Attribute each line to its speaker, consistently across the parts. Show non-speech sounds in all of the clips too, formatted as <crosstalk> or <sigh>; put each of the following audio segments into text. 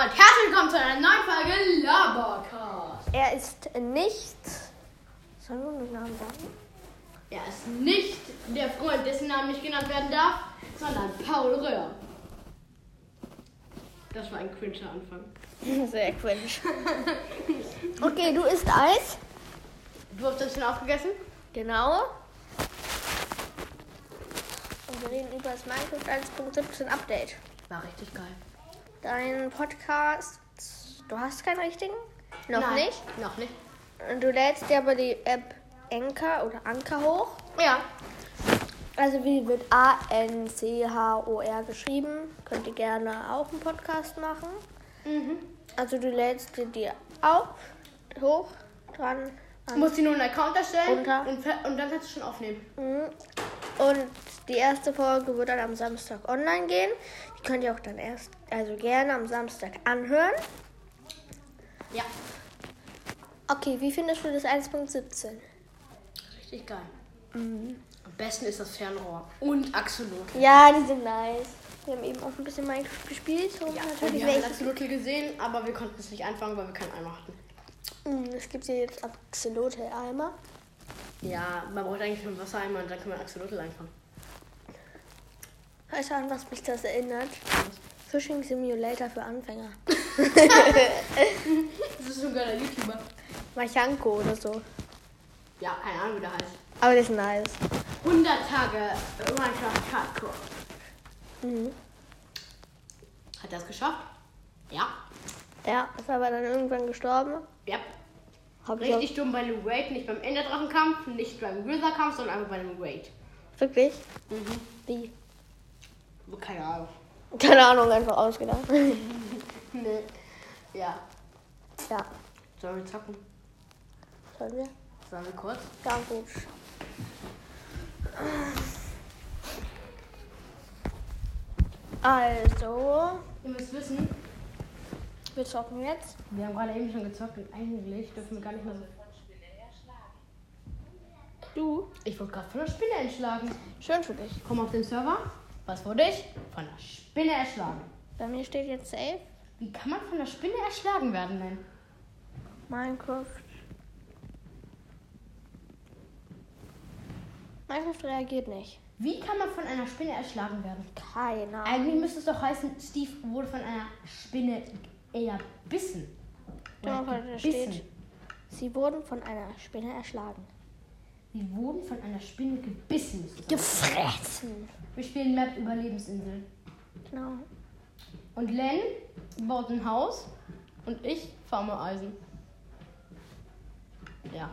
Speaker 1: willkommen zu einer neuen Folge Labercast.
Speaker 2: Er ist nicht. Sollen wir den Namen sagen?
Speaker 1: Er ist nicht der Freund, dessen Name nicht genannt werden darf, sondern Paul Röhr. Das war ein cringe Anfang.
Speaker 2: <laughs> Sehr cringe. <laughs> okay, du isst Eis.
Speaker 1: Du hast das schon aufgegessen?
Speaker 2: Genau. Und wir reden über das Minecraft 1.17 Update.
Speaker 1: War richtig geil.
Speaker 2: Dein Podcast. Du hast keinen richtigen? Noch
Speaker 1: Nein,
Speaker 2: nicht.
Speaker 1: Noch nicht.
Speaker 2: Und Du lädst dir aber die App Anchor oder Anker hoch.
Speaker 1: Ja.
Speaker 2: Also wie wird A-N-C-H-O-R geschrieben? Könnt ihr gerne auch einen Podcast machen.
Speaker 1: Mhm.
Speaker 2: Also du lädst dir die auf, hoch, dran,
Speaker 1: Du musst dir nur einen Account erstellen
Speaker 2: Unter.
Speaker 1: Und, ver- und dann kannst du schon aufnehmen.
Speaker 2: Mhm. Und die erste Folge wird dann am Samstag online gehen. Die könnt ihr auch dann erst, also gerne am Samstag anhören.
Speaker 1: Ja.
Speaker 2: Okay, wie findest du das 1.17?
Speaker 1: Richtig geil. Am besten ist das Fernrohr und Axolotl.
Speaker 2: Ja, die sind nice. Wir haben eben auch ein bisschen Minecraft gespielt. Und
Speaker 1: Und
Speaker 2: natürlich
Speaker 1: wir haben
Speaker 2: welche.
Speaker 1: Axolotl gesehen, aber wir konnten es nicht einfangen, weil wir keinen Eimer hatten.
Speaker 2: Mhm, Es gibt hier jetzt Axolotl-Eimer.
Speaker 1: Ja, man braucht eigentlich nur einen Wassereimer und dann kann man Axolotl einfangen.
Speaker 2: Weißt du, an was mich das erinnert? Fishing Simulator für <laughs> Anfänger.
Speaker 1: Das ist so ein geiler YouTuber.
Speaker 2: Machanko oder so.
Speaker 1: Ja, keine Ahnung, wie der heißt.
Speaker 2: Aber das ist nice.
Speaker 1: 100 Tage Minecraft Hardcore.
Speaker 2: Mhm.
Speaker 1: Hat er es geschafft? Ja.
Speaker 2: Ja, ist aber dann irgendwann gestorben.
Speaker 1: Ja.
Speaker 2: Hab ich
Speaker 1: Richtig dumm bei dem Raid, nicht beim Enderdrachenkampf, nicht beim Grizzerkampf, sondern einfach bei dem Raid.
Speaker 2: auch- Wirklich?
Speaker 1: Mhm.
Speaker 2: Wie?
Speaker 1: Keine Ahnung.
Speaker 2: Keine Ahnung, einfach ausgedacht.
Speaker 1: Nee. Ja.
Speaker 2: ja,
Speaker 1: Sollen wir zocken?
Speaker 2: sollen wir?
Speaker 1: Sollen wir kurz?
Speaker 2: Ja, gut. Also,
Speaker 1: Ihr müsst wissen,
Speaker 2: wir zocken jetzt.
Speaker 1: wir haben gerade eben schon gezockt und eigentlich dürfen wir gar nicht mehr so.
Speaker 2: Du?
Speaker 1: Ich wurde gerade von der Spinne entschlagen.
Speaker 2: Schön für dich.
Speaker 1: Komm auf den Server. Was wurde ich? Von der Spinne erschlagen.
Speaker 2: Bei mir steht jetzt Safe.
Speaker 1: Wie kann man von der Spinne erschlagen werden denn?
Speaker 2: Minecraft. Minecraft reagiert nicht.
Speaker 1: Wie kann man von einer Spinne erschlagen werden?
Speaker 2: Keine Ahnung.
Speaker 1: Eigentlich müsste es doch heißen, Steve wurde von einer Spinne erbissen.
Speaker 2: Ja,
Speaker 1: Oder
Speaker 2: aber da
Speaker 1: gebissen.
Speaker 2: steht- Sie wurden von einer Spinne erschlagen.
Speaker 1: Sie wurden von einer Spinne gebissen. müsste es sein.
Speaker 2: Gefressen.
Speaker 1: Wir spielen Map Überlebensinsel.
Speaker 2: Genau.
Speaker 1: Und Len baut ein Haus und ich farme Eisen. Ja.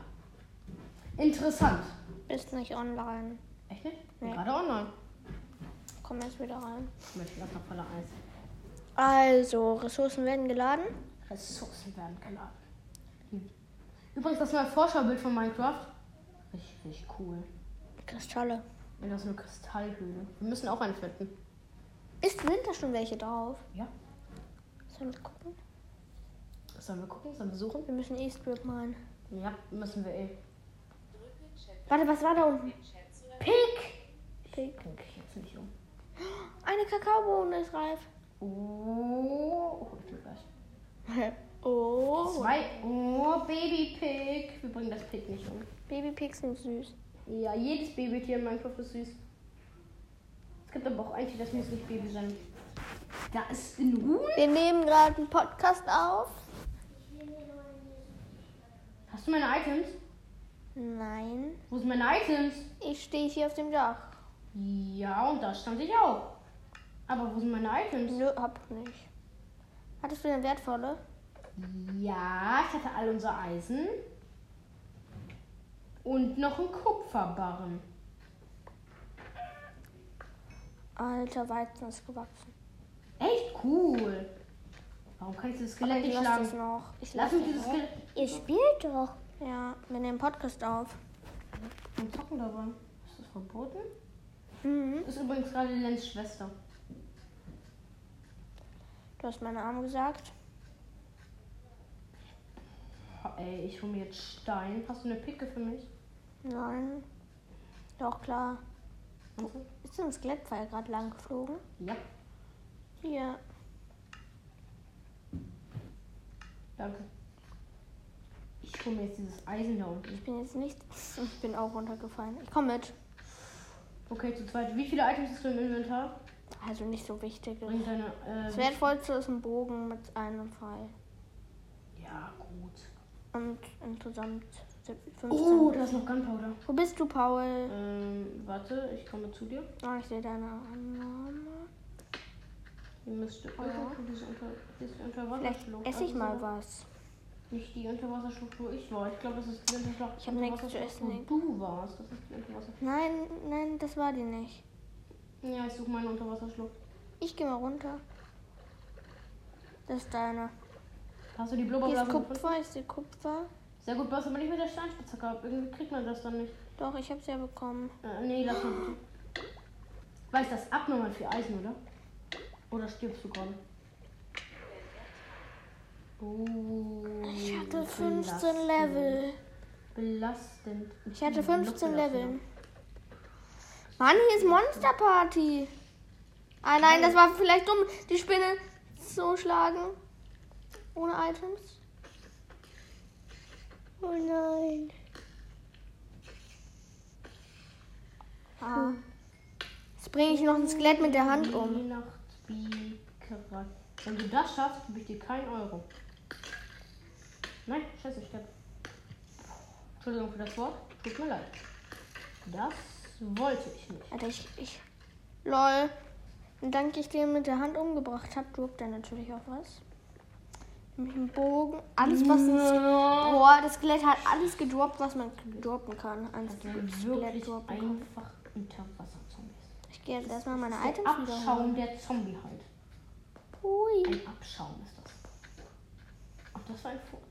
Speaker 1: Interessant.
Speaker 2: Ist nicht online.
Speaker 1: Echt nicht?
Speaker 2: Nee.
Speaker 1: Gerade online.
Speaker 2: Komm jetzt wieder rein.
Speaker 1: Ich möchte gerade noch voller Eis.
Speaker 2: Also, Ressourcen werden geladen.
Speaker 1: Ressourcen werden geladen. Hm. Übrigens, das neue Forscherbild von Minecraft. Richtig cool.
Speaker 2: Kristalle.
Speaker 1: Und das ist eine Kristallhöhle. Wir müssen auch einen finden.
Speaker 2: Ist sind da schon welche drauf?
Speaker 1: Ja.
Speaker 2: Sollen wir gucken?
Speaker 1: Sollen wir gucken? Sollen wir suchen?
Speaker 2: Wir müssen Eastrip malen.
Speaker 1: Ja, müssen wir eh.
Speaker 2: Warte, was war da unten?
Speaker 1: Pick!
Speaker 2: Pink.
Speaker 1: Guck ich jetzt nicht um.
Speaker 2: Eine Kakaobohne ist reif. <laughs>
Speaker 1: Oh, hol ich mir gleich.
Speaker 2: oh.
Speaker 1: Zwei. Oh, Baby Pig. Wir bringen das Pig nicht um.
Speaker 2: Babypigs sind süß.
Speaker 1: Ja, jedes Babytier in Minecraft ist süß. Es gibt aber auch eigentlich, das muss nicht Baby sein. Da ist in Ruhe.
Speaker 2: Wir nehmen gerade einen Podcast auf.
Speaker 1: Hast du meine Items?
Speaker 2: Nein.
Speaker 1: Wo sind meine Items?
Speaker 2: Ich stehe hier auf dem Dach.
Speaker 1: Ja, und da stand ich auch. Aber wo sind meine Items?
Speaker 2: Nö, hab nicht. Hattest du denn wertvolle?
Speaker 1: Ja, ich hatte all unser Eisen. Und noch ein Kupferbarren.
Speaker 2: Alter Weizen ist gewachsen.
Speaker 1: Echt cool. Warum kann ich dieses Skelett nicht
Speaker 2: ich lass das
Speaker 1: schlagen?
Speaker 2: noch. Ich
Speaker 1: Lass
Speaker 2: lass
Speaker 1: mich dieses Skelett.
Speaker 2: Ihr spielt doch. Ja, wir nehmen Podcast auf.
Speaker 1: Wir zocken dabei. Ist das verboten?
Speaker 2: Mhm.
Speaker 1: Ist übrigens gerade Lens Schwester.
Speaker 2: Du hast meine Arme gesagt.
Speaker 1: Ha, Ey, ich hol mir jetzt Stein. Hast du eine Picke für mich?
Speaker 2: Nein. Doch, klar.
Speaker 1: Hast du?
Speaker 2: Ist denn ein Skelettpfeil gerade lang geflogen?
Speaker 1: Ja.
Speaker 2: Hier.
Speaker 1: Danke. Ich hole mir jetzt dieses Eisen da unten.
Speaker 2: Ich bin jetzt nichts. <laughs> Ich bin auch runtergefallen. Ich komme mit.
Speaker 1: Okay, zu zweit. Wie viele Items hast du im Inventar?
Speaker 2: Also nicht so wichtig.
Speaker 1: Bring deine.
Speaker 2: Das
Speaker 1: Ähm,
Speaker 2: Wertvollste ist ein Bogen mit einem Pfeil.
Speaker 1: ja, gut.
Speaker 2: Und insgesamt sind 15.
Speaker 1: Oh, da ist noch Gunpowder.
Speaker 2: Wo bist du, Paul?
Speaker 1: Ähm, warte, ich komme zu dir.
Speaker 2: Oh, ich sehe deine Annahme.
Speaker 1: Ihr müsst irgendwo diese, Unter diese
Speaker 2: Vielleicht
Speaker 1: Unterwasserschlucht.
Speaker 2: esse ich
Speaker 1: also
Speaker 2: mal
Speaker 1: so-
Speaker 2: was.
Speaker 1: Nicht die Unterwasserschlucht, wo ich war. Ich glaube, das ist die Unterwasserschlucht.
Speaker 2: Ich hab nichts zu essen,
Speaker 1: Wo
Speaker 2: Nick.
Speaker 1: du warst. Das ist die Unterwasserschlucht.
Speaker 2: Nein, nein, das war die nicht.
Speaker 1: Ja, ich suche meine Unterwasserschlucht.
Speaker 2: Ich gehe mal runter. Das ist deine.
Speaker 1: Hast du die
Speaker 2: Hier
Speaker 1: Blubberblase
Speaker 2: ist
Speaker 1: gefunden?
Speaker 2: Kupfer, ich sehe Kupfer.
Speaker 1: Sehr gut, du hast aber nicht mit der Steinspitze gehabt. Irgendwie kriegt man das dann nicht.
Speaker 2: Doch, ich habe sie ja bekommen.
Speaker 1: Äh, nee, lass mal bitte. Weiß das abnormal für Eisen, oder? Oder stirbst du gerade? Oh,
Speaker 3: Hm,
Speaker 2: Ich hatte 15
Speaker 1: belastend.
Speaker 2: Level.
Speaker 1: Belastend.
Speaker 2: Ich hatte
Speaker 3: Hm,
Speaker 2: 15 Level.
Speaker 1: Belastend.
Speaker 2: Mann, hier ist Monster Party. Ah nein, das war vielleicht dumm. Die Spinne so schlagen. Ohne Items.
Speaker 3: Oh nein.
Speaker 2: Ah.
Speaker 3: Hm.
Speaker 2: Jetzt bringe ich noch ein Skelett mit der Hand um.
Speaker 1: Weihnachtsbiekerei. Wenn du das schaffst, gebe ich dir keinen Euro. Nein, scheiße, ich sterb. Entschuldigung für das Wort. Tut mir leid. Das wollte ich nicht.
Speaker 2: Alter, ich, ich. Lol. Und dank ich den mit der Hand umgebracht habe, droppt er natürlich auch was. Nämlich einen Bogen. Alles, was ein
Speaker 1: No.
Speaker 2: Boah, das Skelett hat alles gedroppt, was man droppen kann. Ein Skelett
Speaker 1: Wirklich
Speaker 2: droppen kann.
Speaker 1: einfach Unterwasserzombies.
Speaker 2: Ich gehe jetzt erstmal meine
Speaker 1: Der
Speaker 2: Items wiederholen.
Speaker 1: Abschaum der Zombie halt.
Speaker 2: Ui.
Speaker 1: Ein Abschaum ist das. Ach, das war ein Furz.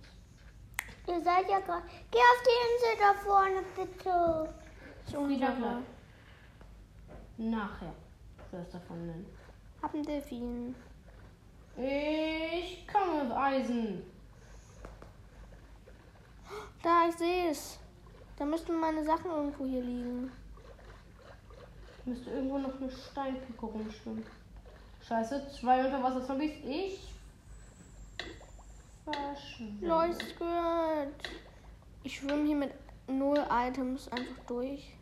Speaker 3: Ihr seid ja gerade. Geh auf die Insel da vorne, bitte.
Speaker 2: Ist
Speaker 1: Frieda
Speaker 2: unsere.
Speaker 1: gleich. Nachher. Soll ich davon nennen.
Speaker 2: Hab einen Delfin.
Speaker 1: Ich komme mit Eisen.
Speaker 2: Da, ich sehe es. Da müssten meine Sachen irgendwo hier liegen.
Speaker 1: Müsste irgendwo noch eine Steinpicke rumschwimmen. Scheiße, zwei Unterwasserzombies. Ich verschwinde.
Speaker 2: Leuchtet. Ich schwimme hier mit null Items einfach durch.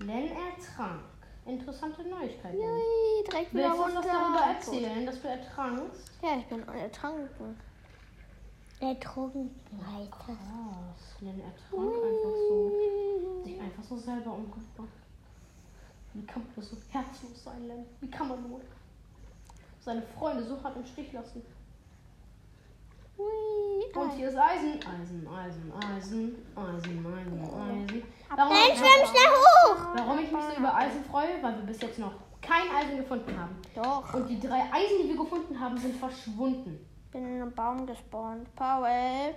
Speaker 1: Len ertrank. Interessante Neuigkeiten.
Speaker 2: Ui, direkt wieder
Speaker 1: Willst du uns was darüber
Speaker 2: runter.
Speaker 1: erzählen, dass du ertrankst?
Speaker 2: Ja, ich bin ertrunken.
Speaker 3: Der Trunkenreiter.
Speaker 1: Was? Len ertrank einfach so. Sich einfach so selber umgebracht. Wie kann man das so herzlos sein, Len? Wie kann man nur seine Freunde so hart im Stich lassen?
Speaker 2: Ui.
Speaker 1: Und
Speaker 2: Ah,
Speaker 1: hier ist Eisen. Eisen, Eisen, Eisen, Eisen, Eisen, Eisen. Warum,
Speaker 3: Dann schwimm schnell hoch.
Speaker 1: warum ich mich so über Eisen freue? Weil wir bis jetzt noch kein Eisen gefunden haben.
Speaker 2: doch.
Speaker 1: Und die drei Eisen, die wir gefunden haben, sind verschwunden.
Speaker 2: Bin in einem Baum gespawnt. Paul.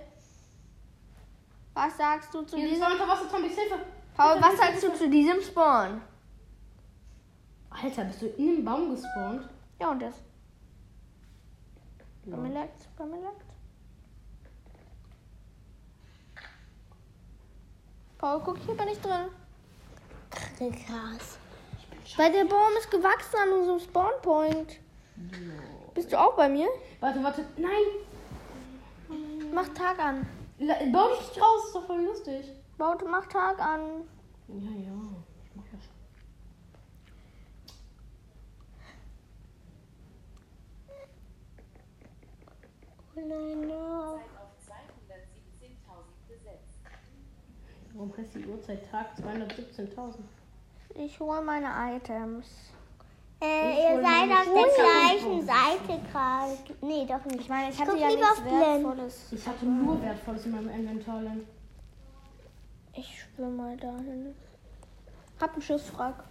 Speaker 2: Was sagst du zu
Speaker 1: Hier sind
Speaker 2: diesem?
Speaker 1: zwei Unterwasser-Zombies, Hilfe!
Speaker 2: Paul, was sagst du zu diesem Spawn?
Speaker 1: Alter, bist du in den Baum gespawnt?
Speaker 2: Ja, und das. Bammelakt, Bammelakt. Paul, guck, hier bin ich drin.
Speaker 3: Krass.
Speaker 2: Weil der Baum ist gewachsen an unserem Spawnpoint. Bist du auch bei mir?
Speaker 1: Warte, warte, nein!
Speaker 2: Mach Tag an.
Speaker 1: La- Bau dich nicht raus, ist doch voll lustig.
Speaker 2: Baut, mach Tag an.
Speaker 1: Ja, ja, ich mach ja schon.
Speaker 3: Oh nein, no.
Speaker 4: auf 217.000 besetzt.
Speaker 1: Warum heißt die Uhrzeit Tag 217.000?
Speaker 2: Ich hole meine Items.
Speaker 1: Ich
Speaker 3: Äh, ihr
Speaker 1: hol
Speaker 3: seid
Speaker 1: meine
Speaker 3: auf der
Speaker 1: Stecker.
Speaker 3: gleichen Seite gerade. Nee, doch nicht.
Speaker 2: Ich meine, ich hatte
Speaker 3: Guck
Speaker 2: ja
Speaker 3: lieber
Speaker 2: nichts
Speaker 3: auf Glenn.
Speaker 2: Wertvolles.
Speaker 1: Ich hatte nur Wertvolles in meinem Inventar, Len.
Speaker 2: Ich schwimme mal dahin. Hab einen Schiffswrack.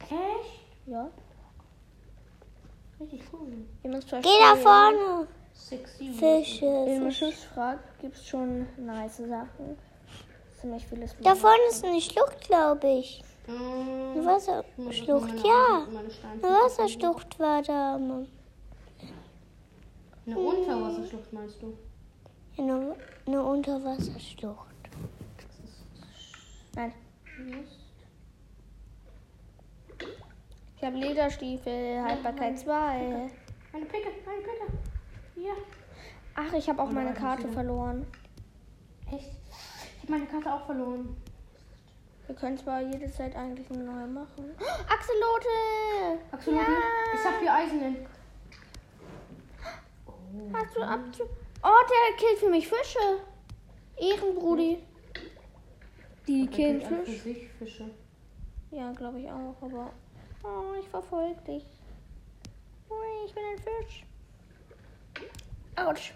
Speaker 1: Echt?
Speaker 2: Ja.
Speaker 1: Richtig cool.
Speaker 2: Ihr müsst verstehen.
Speaker 3: Geh da vorne.
Speaker 1: Sexy.
Speaker 2: Im
Speaker 3: Fische.
Speaker 2: Schiffswrack gibt es schon nice Sachen. Ziemlich vieles.
Speaker 3: Da vorne ist eine Schlucht, glaube ich.
Speaker 1: Ähm,
Speaker 3: Eine
Speaker 1: ich muss jetzt mal
Speaker 3: Wasserschlucht,
Speaker 1: meine
Speaker 3: ja.
Speaker 1: Eisen- meine
Speaker 3: Eine
Speaker 1: Steinschlucht-
Speaker 3: Wasserschlucht war da. Mom.
Speaker 1: Eine Unterwasserschlucht meinst du?
Speaker 3: Eine, eine Unterwasserschlucht.
Speaker 1: Das ist
Speaker 2: Nein.
Speaker 1: süß.
Speaker 2: Ich habe Lederstiefel, Haltbarkeit 2.
Speaker 1: Eine Picke, eine Picke. Hier.
Speaker 2: Ach, ich habe auch
Speaker 1: Oder
Speaker 2: meine
Speaker 1: einfach
Speaker 2: Karte
Speaker 1: wieder.
Speaker 2: verloren.
Speaker 1: Echt? Ich habe meine Karte auch verloren.
Speaker 2: Wir können zwar jede Zeit eigentlich eine neue <gasps> machen. Oh, Axolote!
Speaker 1: Axolotl, ich habe hier Eisen in. Oh.
Speaker 2: Hast du abzu. Oh, der killt für mich Fische. Ehrenbrudi. Die killen
Speaker 1: An
Speaker 2: Fische.
Speaker 1: für sich Fische.
Speaker 2: Ja, glaube ich auch, aber. Oh, ich verfolge dich. Ui, ich bin ein Fisch. Autsch.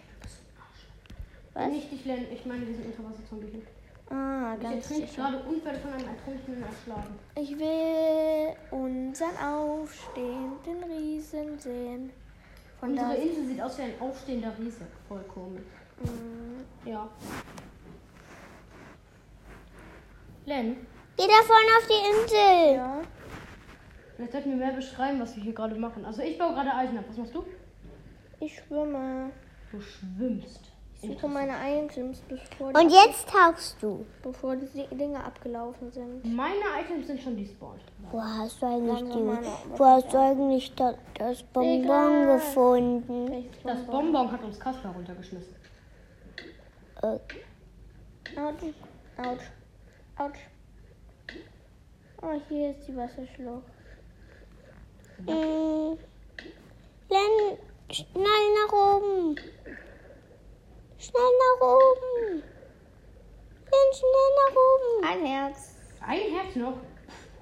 Speaker 2: Was?
Speaker 1: Nicht dich lernen, ich meine diesen Unterwasserzombie.
Speaker 2: Ah,
Speaker 1: Ich
Speaker 2: ganz
Speaker 1: ertrinke
Speaker 2: sicher.
Speaker 1: gerade und werde von einem Ertrunkenen erschlagen.
Speaker 2: Ich will unseren aufstehenden Riesen sehen. Von da.
Speaker 1: Unsere Insel sieht aus wie ein aufstehender Riese. Voll komisch.
Speaker 2: Mhm.
Speaker 1: Ja. Len,
Speaker 3: Geh da vorne auf die Insel.
Speaker 2: Ja.
Speaker 1: vielleicht sollten wir mehr beschreiben, was wir hier gerade machen. Also ich baue gerade Eisen ab. Was machst du?
Speaker 2: Ich schwimme.
Speaker 1: Du schwimmst.
Speaker 2: Ich suche meine Items, bevor die,
Speaker 3: Und jetzt tauchst du.
Speaker 2: bevor die Dinge abgelaufen sind.
Speaker 1: Meine Items sind schon despawned.
Speaker 3: Wo hast du eigentlich,
Speaker 2: Langsam mal noch was
Speaker 3: die, wo hast du eigentlich da, das Bonbon
Speaker 2: Egal.
Speaker 3: gefunden?
Speaker 2: Welches
Speaker 1: Das
Speaker 2: Bonbon?
Speaker 1: Bonbon hat uns Kasper runtergeschmissen.
Speaker 3: Äh,
Speaker 2: Autsch. Autsch. Autsch. Oh, hier ist die Wasserschlucht.
Speaker 3: mh. Len, Äh, schnell nach oben. Schnell nach oben. Len, schnell nach oben.
Speaker 2: Ein Herz.
Speaker 1: Ein Herz noch.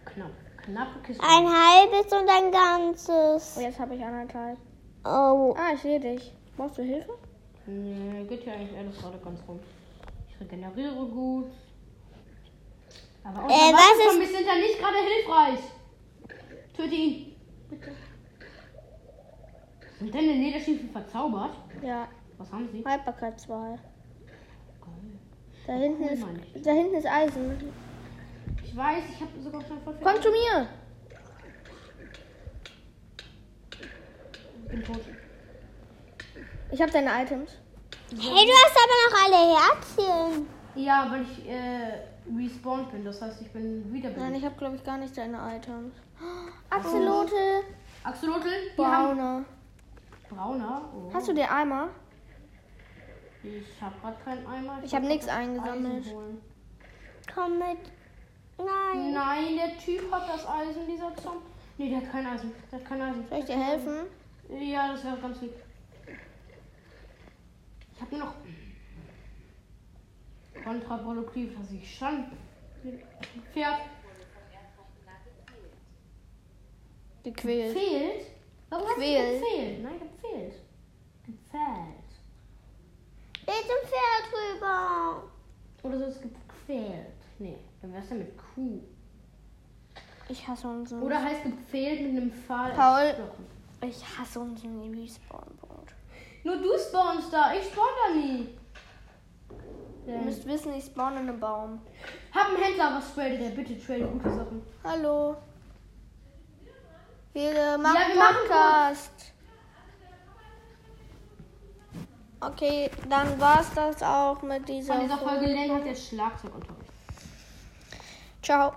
Speaker 1: Knapp. Knappe Kiste.
Speaker 3: Ein halbes und ein ganzes.
Speaker 2: Oh, jetzt habe ich anderthalb.
Speaker 3: Oh,
Speaker 2: Ah, ich sehe dich. Brauchst du Hilfe?
Speaker 1: Nee, geht hier eigentlich alles gerade ganz rum. Ich regeneriere gut. Aber unser
Speaker 3: Äh, was
Speaker 1: Wasserkommis sind ja nicht gerade hilfreich. Töte ihn. Bitte. Sind deine Lederschiefen verzaubert?
Speaker 2: Ja.
Speaker 1: Was haben sie?
Speaker 2: Haltbarkeit 2.
Speaker 1: Geil.
Speaker 2: Da hinten
Speaker 1: cool,
Speaker 2: ist,
Speaker 1: meine ich.
Speaker 2: da hinten ist Eisen.
Speaker 1: Ich weiß, ich habe sogar schon voll viel.
Speaker 2: Komm zu mir.
Speaker 1: Ich bin tot.
Speaker 2: Ich habe deine Items.
Speaker 3: hey, du hast aber noch alle Herzchen.
Speaker 1: Ja, weil ich äh, respawned bin. Das heißt, ich bin wieder
Speaker 2: Nein,
Speaker 1: bin.
Speaker 2: ich habe, glaube ich, gar nicht deine Items. Oh. Axolotl.
Speaker 1: Axolotl, wir haben
Speaker 2: Brauner.
Speaker 1: Brauner. Oh.
Speaker 2: Hast du den Eimer?
Speaker 1: Ich habe gerade keinen Eimer.
Speaker 2: Ich hab
Speaker 1: muss
Speaker 2: nix
Speaker 1: grad
Speaker 2: eingesammelt.
Speaker 1: Eisen holen.
Speaker 3: Komm mit. Nein.
Speaker 1: Nein, der Typ hat das Eisen, dieser Zombie. Nee, der hat kein Eisen. Der hat kein Eisen.
Speaker 2: Soll ich dir helfen?
Speaker 1: Ja, das wäre ganz lieb. Ich habe nur noch kontraproduktiv, dass ich schon Pferd
Speaker 2: Gequält.
Speaker 1: fehlt. Warum hast du
Speaker 2: Gefehlt.
Speaker 1: gefehlt? Nein, gefehlt. Gefehlt.
Speaker 3: Geh zum Pferd rüber.
Speaker 1: Oder so ist gefehlt. Nee, dann wär's ja mit Kuh.
Speaker 2: Ich hasse unseren.
Speaker 1: Oder heißt gefehlt mit einem Pfahl.
Speaker 2: Paul.
Speaker 1: erstochen.
Speaker 2: Ich hasse unseren Respawn-Punkt.
Speaker 1: Nur du spawnst da, ich spawn da nie.
Speaker 2: Ihr
Speaker 1: Denn-
Speaker 2: müsst wissen, ich spawn in einem Baum.
Speaker 1: Hab einen Händler, was tradet der? Bitte trade gute Sachen.
Speaker 2: Hallo. Wir machen
Speaker 1: Ja, wir machen
Speaker 2: Podcast. Okay, dann war's das auch mit
Speaker 1: Von
Speaker 2: dieser
Speaker 1: dieser Folge Len hat jetzt Schlagzeugunterricht.
Speaker 2: Ciao.